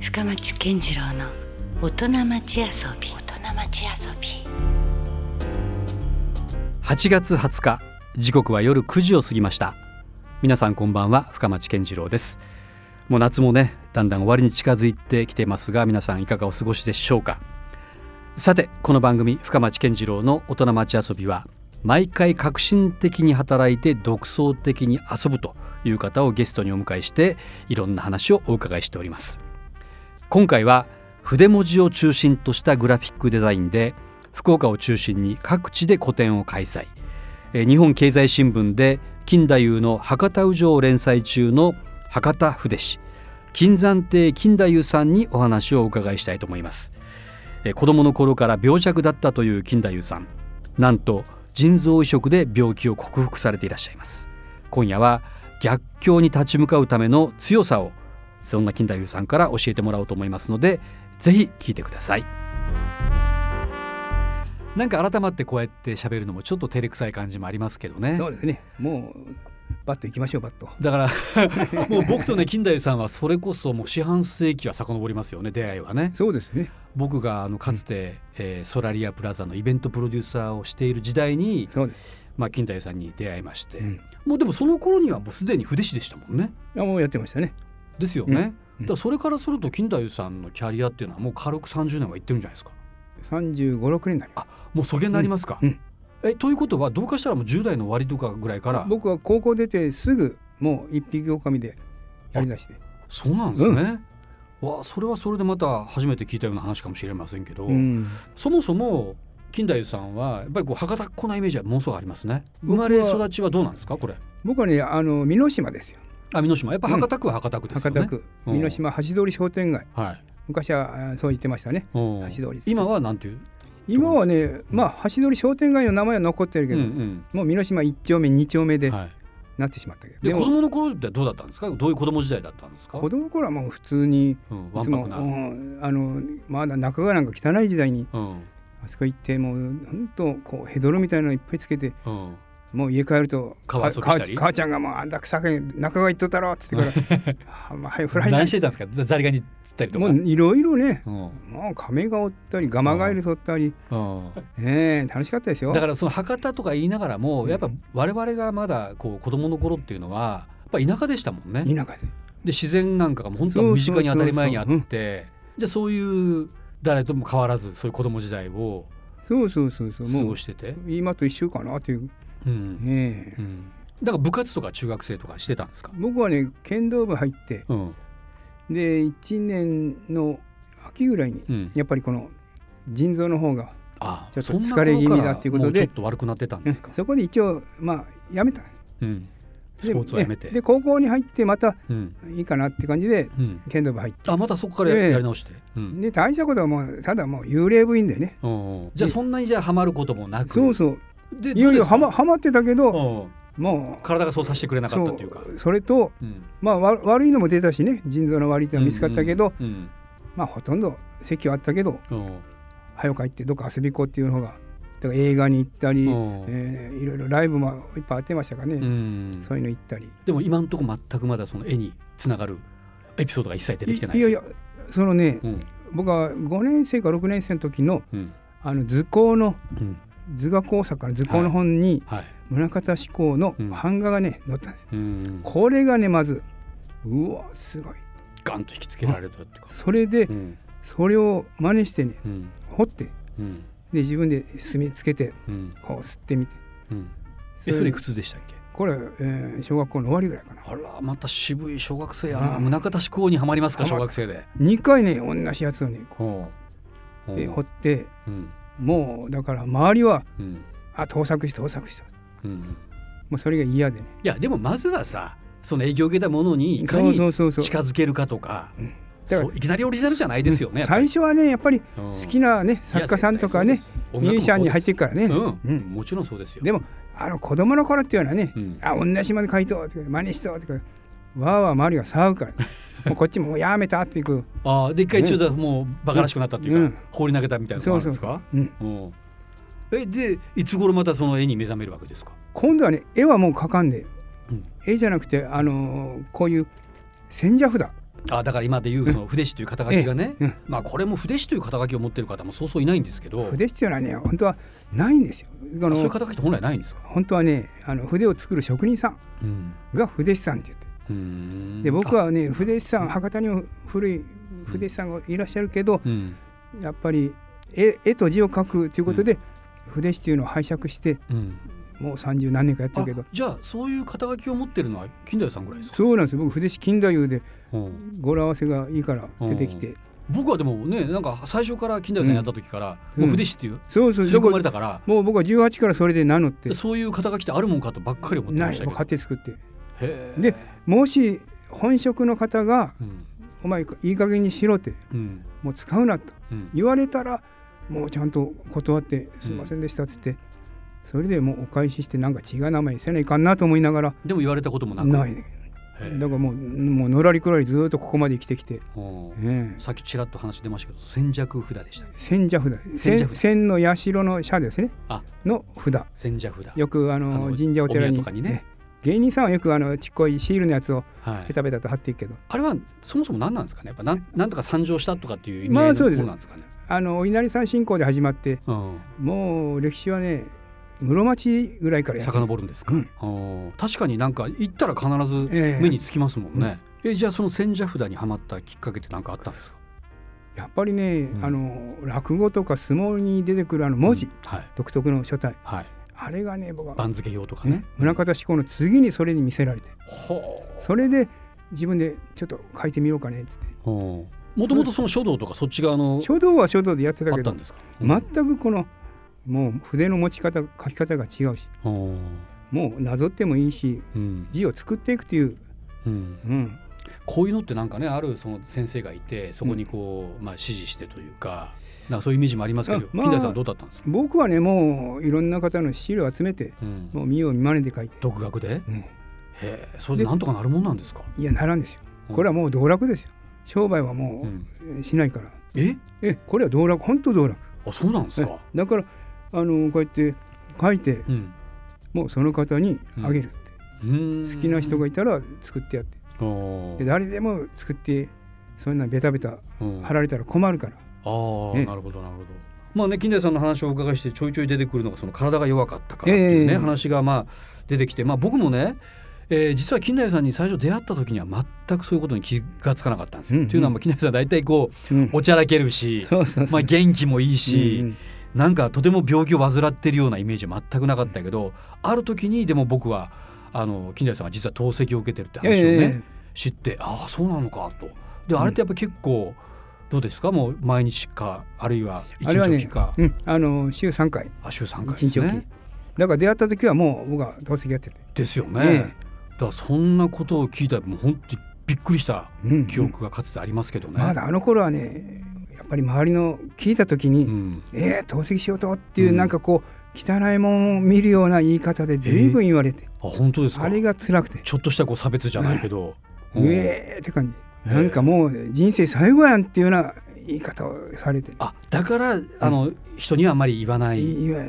深町健次郎の大人町遊び大人町遊び8月20日時刻は夜9時を過ぎました皆さんこんばんは深町健次郎ですもう夏もねだんだん終わりに近づいてきてますが皆さんいかがお過ごしでしょうかさてこの番組深町健次郎の大人町遊びは毎回革新的に働いて独創的に遊ぶという方をゲストにお迎えしていろんな話をお伺いしております今回は筆文字を中心としたグラフィックデザインで福岡を中心に各地で個展を開催えー日本経済新聞で金太夫の博多宇城を連載中の博多筆師金山亭金太夫さんにお話をお伺いしたいと思いますえー子供の頃から病弱だったという金太夫さんなんと腎臓移植で病気を克服されていらっしゃいます今夜は逆境に立ち向かうための強さをそんな金太夫さんから教えてもらおうと思いますのでぜひ聞いてくださいなんか改まってこうやって喋るのもちょっと照れくさい感じもありますけどねそうですね。もうバッと行きましょうバッと。だから もう僕とね金太夫さんはそれこそもう四半世紀は遡りますよね出会いはねそうですね。僕があのかつて、えーソラリアプラザのイベントプロデューサーをしている時代に、そうです。まあ、金太夫さんに出会いまして、うんもうでもその頃にはもうすでに筆師でしたもんねあもうやってましたね。ですよね、うんうんだからそれからすると金太夫さんのキャリアっていうのはもう軽く30年はいってるんじゃないですか三十五六年になりまあもうそげになりますか、うんうんえということはどうかしたらもう10代の終わりとかぐらいかすら。僕は高校出てすぐもう一匹狼でやりだして。そうなんですね、わあそれはそれでまた初めて聞いたような話かもしれませんけど、うん。そもそも金太夫さんはやっぱりこう博多っ子なイメージはものすごくありますね生まれ育ちはどうなんですかこれ僕はねあの美濃島ですよ。あ美濃島やっぱ博多区は博多区ですよ博ね、多区うん美濃島橋通り商店街。はい昔はあそう言ってましたね。うん橋通りです今はなんていう今はねまあ橋通り商店街の名前は残ってるけど、うんもう美濃島一丁目二丁目うでんはい、なってしまったけど。で子も供の頃ってどうだったんですかどういう子供時代だったんですか、子供の頃はもう普通に。うん、いわんつぱもくな、ううんんあのまだ中川なんか汚い時代にうんあそこ行ってもう本当こうヘドロみたいなのいっぱいつけてうん、もう家帰ると川遊びしたりか母ちゃんがもうあんた臭く中川行っとったろっつってから あまあはいフライ何してたんですかざザリガニ釣ったりとかもういろいろねうんもう亀がおったりガマガエル取ったり、うんねえ楽しかったですよだからその博多とか言いながらも、うんやっぱ我々がまだこう子供の頃っていうのはやっぱ田舎でしたもんね。で田舎で自然なんかが本当に身近に当たり前にあってそうそうじゃあそういう誰とも変わらずそういう子供時代をそうそうそうそう過もうごしてて、今と一緒かなといううんねえうん、だから部活とか中学生とかしてたんですか、僕はね剣道部入ってうんで1年の秋ぐらいにうん、やっぱりこの腎臓の方があちょっとそんな疲れ気味だ頃からっていうことでもうちょっと悪くなってたんですか、そこで一応まあやめたうん、でスポーツはやめて、でで高校に入ってまたうんいいかなって感じでうん、剣道部入ってあまたそこからやええやり直して、うんで大したことはもうただもう幽霊部員でねうんじゃあそんなにじゃあハマることもなくそうそうでいよいよはどまうですはまってたけかどうんもう体がそうさせてくれなかったそっていうか。それとうんまあわ悪いのも出たしね腎臓の悪いってのは見つかったけど、うんまあほとんど席はあったけどうんうん早く帰ってどっか遊び行こうっていうのがだから映画に行ったり、うんえーいろいろライブもいっぱいあってましたからうね、んそういうの行ったりでも今のところ全くまだその絵につながるエピソードが一切出てきてないいでやすいやそのね、うん僕は5年生か6年生の時のうんあの図工のうん図画工作から図工の本にはい宗像志功のうん版画がね載ったんです。うんこれがねまずうわすごいガンと引きつけられたっていうかそれでうんそれを真似してねうん彫ってでうん自分で墨つけてうんこう吸ってみてうんえそれいくつでしたっけこれ、えー小学校の終わりぐらいかなあらまた渋い小学生やなうん宗像志功にはまりますかはま小学生で2回ね同じやつをねこほううでほ彫うってうんもうだから周りはうんあ盗作した盗作したうんもうそれが嫌でねいやでもまずはさその影響を受けたものにいかそうにそうそうそう近づけるかとかうんだからそういきなりオリジナルじゃないですよね。やっぱり最初はねやっぱりうん好きなね作家さんとかねミュージシャンに入っていくからね、うん、うんもちろんそうですよ。でもあの子供の頃っていうのはね、うんあ同じまで書いとうとか真似しとうとかわーわー周りが 騒ぐからもうこっちももうやめたっていくああで一回中途もうバカらしくなったっていうか、うん放り投げたみたいなのがあるんですかうん、うんえでいつ頃またその絵に目覚めるわけですか、今度はね絵はもう描かんで、うん絵じゃなくてあのーこういう千社札あだから今でいうその筆師という肩書きがね、ええうんまあこれも筆師という肩書きを持っている方もそうそういないんですけど筆必要なね本当はないんですよああのそういう肩書きって本来ないんですか本当はねあの筆を作る職人さんうんが筆師さんって言ってうーんで僕はね筆師さん博多にも古い筆師さんがいらっしゃるけどあ、うんやっぱり絵絵と字を書くということで、筆師っていうのを拝借してうん、もう三十何年かやってるけどあじゃあそういう肩書きを持ってるのは金田さんぐらいですか、そうなんですよ僕筆師金太夫でうん語呂合わせがいいから出てきて、僕はでもねなんか最初から金田さんやった時から、うんもう筆師っていうそうそう吸い込まれどこたから、もう僕は18からそれで名乗ってそういう肩書きってあるもんかとばっかり思ってなまいしたもうけ買どって作ってへえでもし本職の方がうん「お前いい加減にしろ」ってうん「もう使うな」とうん言われたらもうちゃんと断って「すいませんでした」っつって、それでもうお返ししてなんか違う名前にせないかんなと思いながらでも言われたこともなくないへえだからもうもうのらりくらりずーっとここまで生きてきて、うんええさっきちらっと話出ましたけど戦略札でしたっけ千社札千社千札千の社の社ですねあの札戦略札よくああのの神社お寺お宮にとかにね芸人さんはよくあのちっこいシールのやつをはいペタペタと貼っていくけど、あれはそもそも何なんですかねやっぱなんなんとか参上したとかっていう意味ま合いあそうのもですのなんですかね、あのお稲荷さん信仰で始まってうんもう歴史はね室町ぐらいからやって遡るんですか、うんお確かになんか行ったら必ずええ目につきますもんね、えじゃあその千社札にはまったきっかけって何かあったんですかやっぱりね、うんあの落語とか相撲に出てくるあの文字、うんはい独特の書体はいあれがね僕は、番付用とかね宗像志功の次にそれに見せられてほそれで自分でちょっと書いてみようかねっつってうもともとその書道とかそっち側の書道は書道でやってあたけったどんですか、全くこのもう筆の持ち方書き方が違うしほもうなぞってもいいしううん字を作っていくという、うん、うん、こういうのってなんかねあるその先生がいてそこにこう、まあ、指示してというかなんかそういうイメージもありますけど、あまあ金田さんはどうだったんですか、僕はねもういろんな方の資料を集めてうん、もう見よう見まねで書いて、独学でうん、へえそれでなんとかなるもんなんですか、いやならんですよこれはもう道楽ですよ商売はもうん、うえーしないから、ええこれは道楽本当道楽あそうなんですか、えだからあのこうやって書いてうん、もうその方にあげるって、好好きな人がいたら作ってやってで誰でも作ってそんなベタベタ貼らられたら困るから、ああ、ねなるほどなるほどまあね金田さんの話をお伺いしてちょいちょい出てくるのがその体が弱かったからっていうね、ええ話がまあ出てきてまあ僕もねえー実は金田さんに最初出会った時には全くそういうことに気がつかなかったんですよ。うんうんというのはまあ金田さん大体こううんおちゃらけるし、そうそうそうまあ、元気もいいし、うんうんなんかとても病気を患ってるようなイメージは全くなかったけど、ある時にでも僕はあの金田さんが実は透析を受けてるって話をね、ええ知ってああそうなのかとであれってやっぱ結構どうですかもう毎日かあるいは一あれは日おねきか、、うん、あの週3回あ週3回1です日おき、ね。だから出会った時はもう僕は同席やってて、ですよね。えだからそんなことを聞いたらもう本当にびっくりしたうんうん記憶がかつてありますけどね。まだあの頃はねやっぱり周りの聞いた時に、うんえー、透析しようとっていう、うんなんかこう汚いもんを見るような言い方で随分言われて、あ本当ですかあれが辛くてちょっとしたこう差別じゃないけど。 「うえー」って感えじなんかもう人生最後やんっていうような言い方をされてあだからあの、人にはあまり言わない。いいわ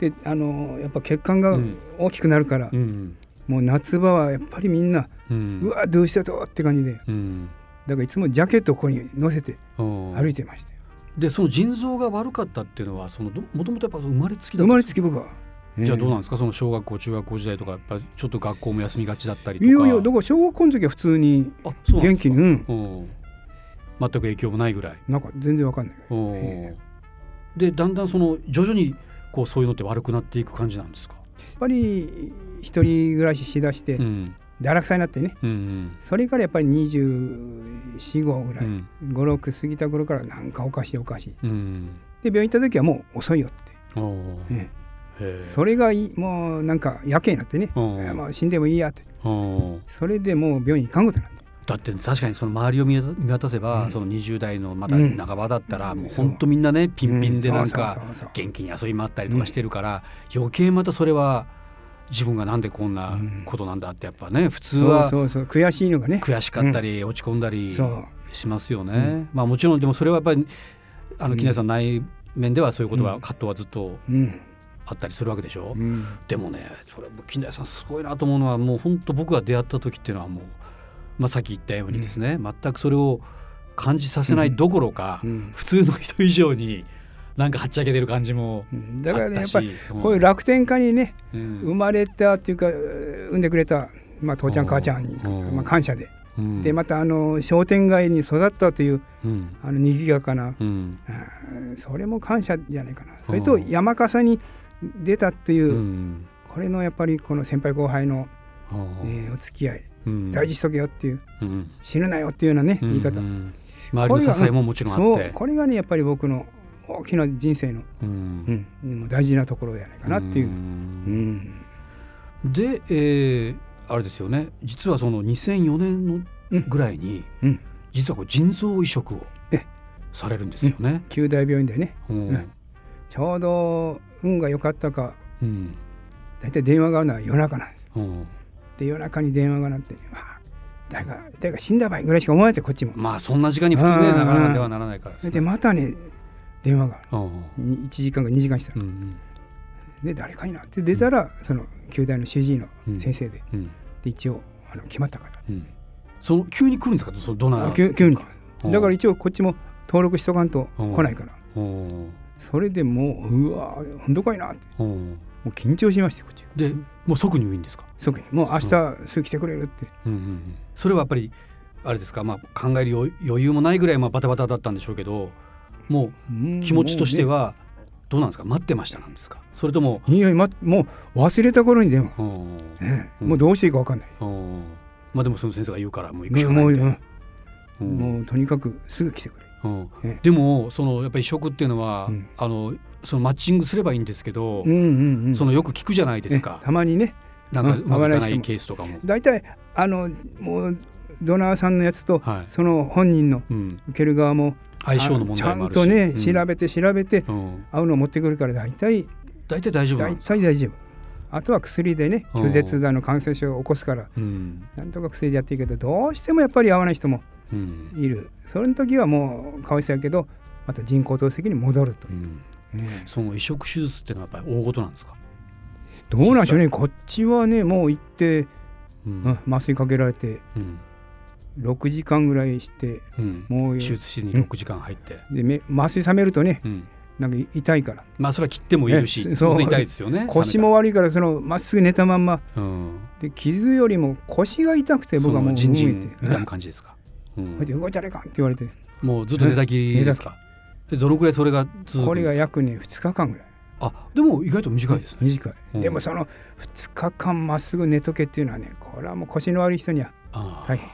であのやっぱ血管がうん大きくなるから、うんもう夏場はやっぱりみんなう「んうわどうしたと」って感じでうんだからいつもジャケットをここに乗せてうん歩いてましたよでその腎臓が悪かったっていうのはそのどもともとやっぱ生まれつきだった生んまでれすかつき僕は。じゃあどうえなんですかその小学校中学校時代とかやっぱりちょっと学校も休みがちだったりえといかよいよどこ小学校の時は普通にあそうなんで元すか気にうんうん全く影響もないぐらいなんか全然わかんないうんえでだんだんその徐々にこうそういうのって悪くなっていく感じなんですかやっぱり一人暮らししだしてうん堕落さになってねうんそれからやっぱり245ぐらうい、ん56過ぎた頃からなんかおかしいおかしいうんで病院行った時はもう遅いよって、うんおーへえそれがいもうなんかやけになってね、うんいやもう死んでもいいやってうんそれでもう病院行かんことになってだって確かにその周りを見渡見渡せば、うんその20代のまだうん半ばだったら、うんもうほんとみんなねピンピンでうんなんかそうそうそうそう元気に遊び回ったりとかしてるから、余計またそれは自分がなんでこんなことなんだってやっぱね普通はそうそうそう悔しいのがね悔しかったり落ち込んだりそうしますよね。まあもちろんでもそれはやっぱりあの木内さん内面ではそういうことは葛藤はずっとうん、あったりするわけでしょ。うん、でもねそれも金田さんすごいなと思うのはもう本当僕が出会った時っていうのはもうまあ、さっき言ったようにですね、全くそれを感じさせないどころか、うん普通の人以上になんかはっちゃけてる感じもうんあだっからねやたっし、ぱりこういう楽天家にねうん生まれたっていうか産んでくれた、まあ、父ちゃん母ちゃんに、うんまあ、感謝でうんでまたあの商店街に育ったといううんあの賑やかなうんあーそれも感謝じゃないかなそれと山笠に出たっていうう、んこれのやっぱりこの先輩後輩の、あーえーお付き合いうん大事にしとけよっていううん死ぬなよっていうようなね言い方、うんうん周りの支えももちろんあっそうてこれがねやっぱり僕の大きな人生の、うんうん、もう大事なところじゃないかなっていう。うんんで、えーあれですよね実はその2004年のうんぐらいに、うん実はこう腎臓移植をえされるんですよね。九大病院でねうんうんちょうど運が良かったかうん大体電話があるのは夜中なんですうんで夜中に電話がなって「あ誰か誰か死んだばい」ぐらいしか思われてこっちもまあそんな時間に普通ねうんなかなかではならないからですでね。またね電話がうんに1時間か2時間したうんうんで誰かいなって出たらその九大の主治医の先生で,、うんで一応あの決まったからうんその急に来るんですかそのどなあ急急にうんだから一応こっちも登録しとかんとうん来ないからうんそれでもううわ本当かいなってうんもう緊張しましたこっちでもう即入院ですか、即にもう明日すぐ来てくれるってうんうんうんそれはやっぱりあれですか、まあ、考える余余裕もないぐらいまあバタバタだったんでしょうけどもううん気持ちとしてもはどうなんですか待ってましたなんですかそれともうねいやまもう忘れた頃に電話、うんねうんもうどうしていいか分かんないうんまあでもその先生が言うからもう行くねしかなもいうみたいなううんんもうとにかくすぐ来てくれうんええでもそのやっぱり移植っていうのは、うんあのそのマッチングすればいいんですけど、うんうんうんそのよく聞くじゃないですねか、たまにねなんかうんうまくいか合わなない人いもケースとかも。大体あのもうドナーさんのやつと、はいその本人のうん、受ける側も相性の問題もあるしあのちゃんとね、うん調べて調べてうん、合うのを持ってくるから大体大体大丈夫なん大です、体大丈夫あとは薬でねうん拒絶だの感染症を起こすからうんなんとか薬でやっていいけどどうしてもやっぱり合わない人もうんいるそれの時はもうかわいそうやけどまた人工透析に戻るとう、ん、ねその移植手術っていうのはやっぱり大事なんですか、どうなんでしょうねこっちはねもう行って、うんうん麻酔かけられてうん6時間ぐらいしてうん、もう手術室に6時間入って、でめ麻酔冷めるとねうん、なんか痛いからまあそれは切ってもいるし、えそう当然痛いですよね。腰も悪いからそのまっすぐ寝たまんま冷めたら、うん、で傷よりも腰が痛くて僕はもうじんじ動んいて痛む感じ ですか。うこうやっんて、動いたらいかんって言われてもうずっと寝たきりですか。でどのくらいそれが続くこんれでがすか。約ね2日間ぐらいあ、でも意外と短いですね。短い、うんでもその2日間まっすぐ寝とけっていうのはねこれはもう腰の悪い人にはああ大変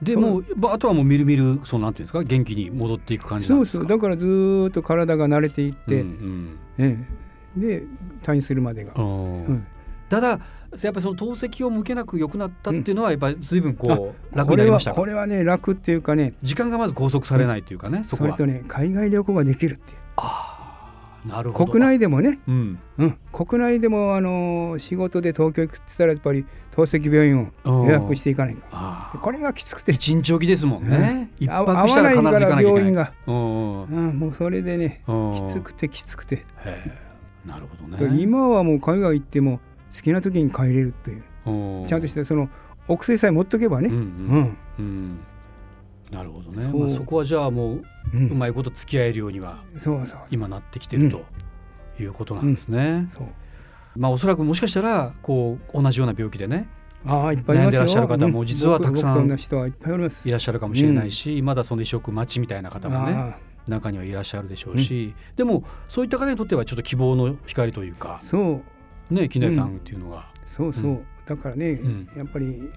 でもうまああとはもうみるみるそのなんていうんですか元気に戻っていく感じなそんうですそか。うだからずーっと体が慣れていって、うんええで退院するまでが、うんああうんただやっぱりその透析を向けなく良くなったっていうのはやっぱり随分こう楽こになれりはましたこか。れはね楽っていうかね時間がまず拘束されないというかね、そそこれはと。ね海外旅行ができるっていうなるほど。国内でもね、うん。うん、国内でもあのー仕事で東京行くって言ったらやっぱり透析病院を予約していかないかああでこれがきつくて一日おきですもんね。一合泊わしたらな必ずいか行からなきゃいけ病な院い。が、うんうんうん、もうそれでねうんきつくてきつくてへえなるほどだからね。今はもう海外行っても好きな時に帰れるといううちゃんとしたそのお薬さえ持っとけばうね、うんんうんうんなるほどね。そうまあそこはじゃあもううんうまいこと付き合えるようにはそうそうそう今なってきてるということなんですね。そうまあおそらくもしかしたらこう同じような病気でねああいっぱいい悩ますよんでらっしゃる方もうん実はたくさん僕僕と同じ人はいっぱいおりますいらっしゃるかもしれないし、まだその移植待ちみたいな方もねあ中にはいらっしゃるでしょうし、でもそういった方にとってはちょっと希望の光というかあそうね木内さんっていうのが。そうそう、だからね、うんやっぱり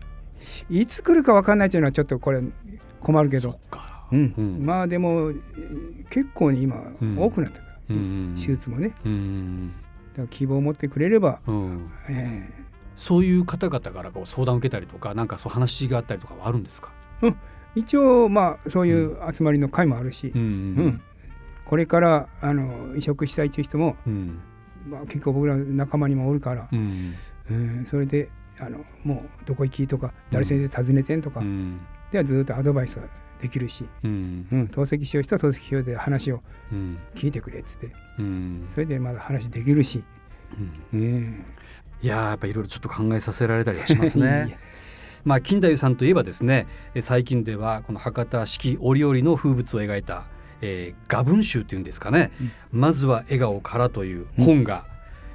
いつ来るか分かんないというのはちょっとこれ困るけそっど、かうんうんまあでもえー結構に今うん多くなったから、うん手術もねだうんから希望を持ってくれれば、うんえそういう方々からこう相談を受けたりとか、なんかそう話があったりとかはあるんですか。ーうん一応まあそういう集まりの会もあるし、うんうんこれからあの移植したいという人も、うんうんまあ、結構僕らの仲間にもおるから、うんうんそれであのもうどこ行きとか誰先生訪ねてんとか、うんではずっとアドバイスはできるし、うんうん、透析しよう人は透析しようで話をうん聞いてくれっつってうんそれでまだ話できるし、うんうんいやーやっぱいろいろちょっと考えさせられたりはしますいえいね。まあ、金太夫さんといえばですねえ最近ではこの博多式折々の風物を描いた「えー、画文集」っていうんですかね、まずは笑顔から」という本が、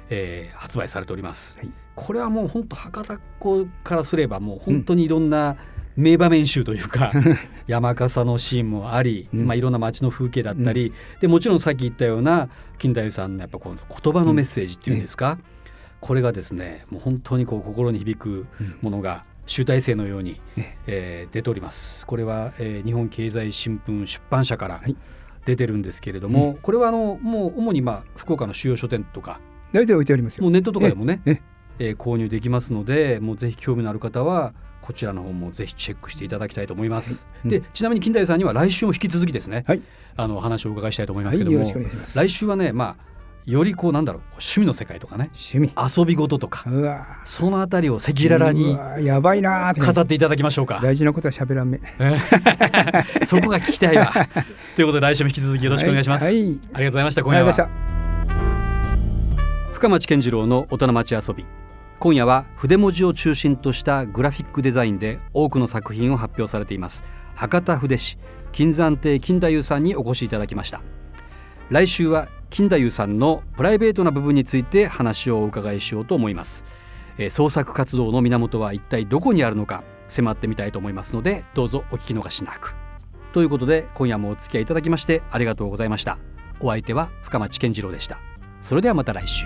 えー発売されております。はいこれはもう本当博多っ子からすればもう本当にいろんな名場面集というか、 山笠のシーンもあり、うんまあ、いろんな街の風景だったり、でもちろんさっき言ったような金太夫さんのやっぱこの言葉のメッセージっていうんですか、これがですねもう本当にこう心に響くものが集大成のように、えー出ております。これは、えー日本経済新聞出版社からい出てるんですけれども、これはあのもう主にまあ福岡の主要書店とか大体置いてありますよ。もうネットとかでもねええ、えー購入できますので、もうぜひ興味のある方はこちらの方もぜひチェックしていただきたいと思います。いうんで、ちなみに金田さんには来週も引き続きですね、はいあのお話をお伺いしたいと思いまはすい、けどよも、ろしくお願いします。来週はね、まあよりこうなんだろう趣味の世界とかね、趣味。遊び事とか、うわそのあたりを赤裸々にうわやばいなーって語っていただきましょうか。大事なことは喋らんめ。よそこが聞きたい わ。ということで来週も引き続きよろしくお願いします。はい。あはいりがとうございました。今わかり夜まはした。深町健次郎の大人町遊び今夜は筆文字を中心としたグラフィックデザインで多くの作品を発表されています博多筆師金山亭金太夫さんにお越しいただきました来週は金太夫さんのプライベートな部分について話をお伺いしようと思います、えー創作活動の源は一体どこにあるのか迫ってみたいと思いますのでどうぞお聞き逃しなくということで今夜もお付き合いいただきましてありがとうございましたお相手は深町健次郎でしたそれではまた来週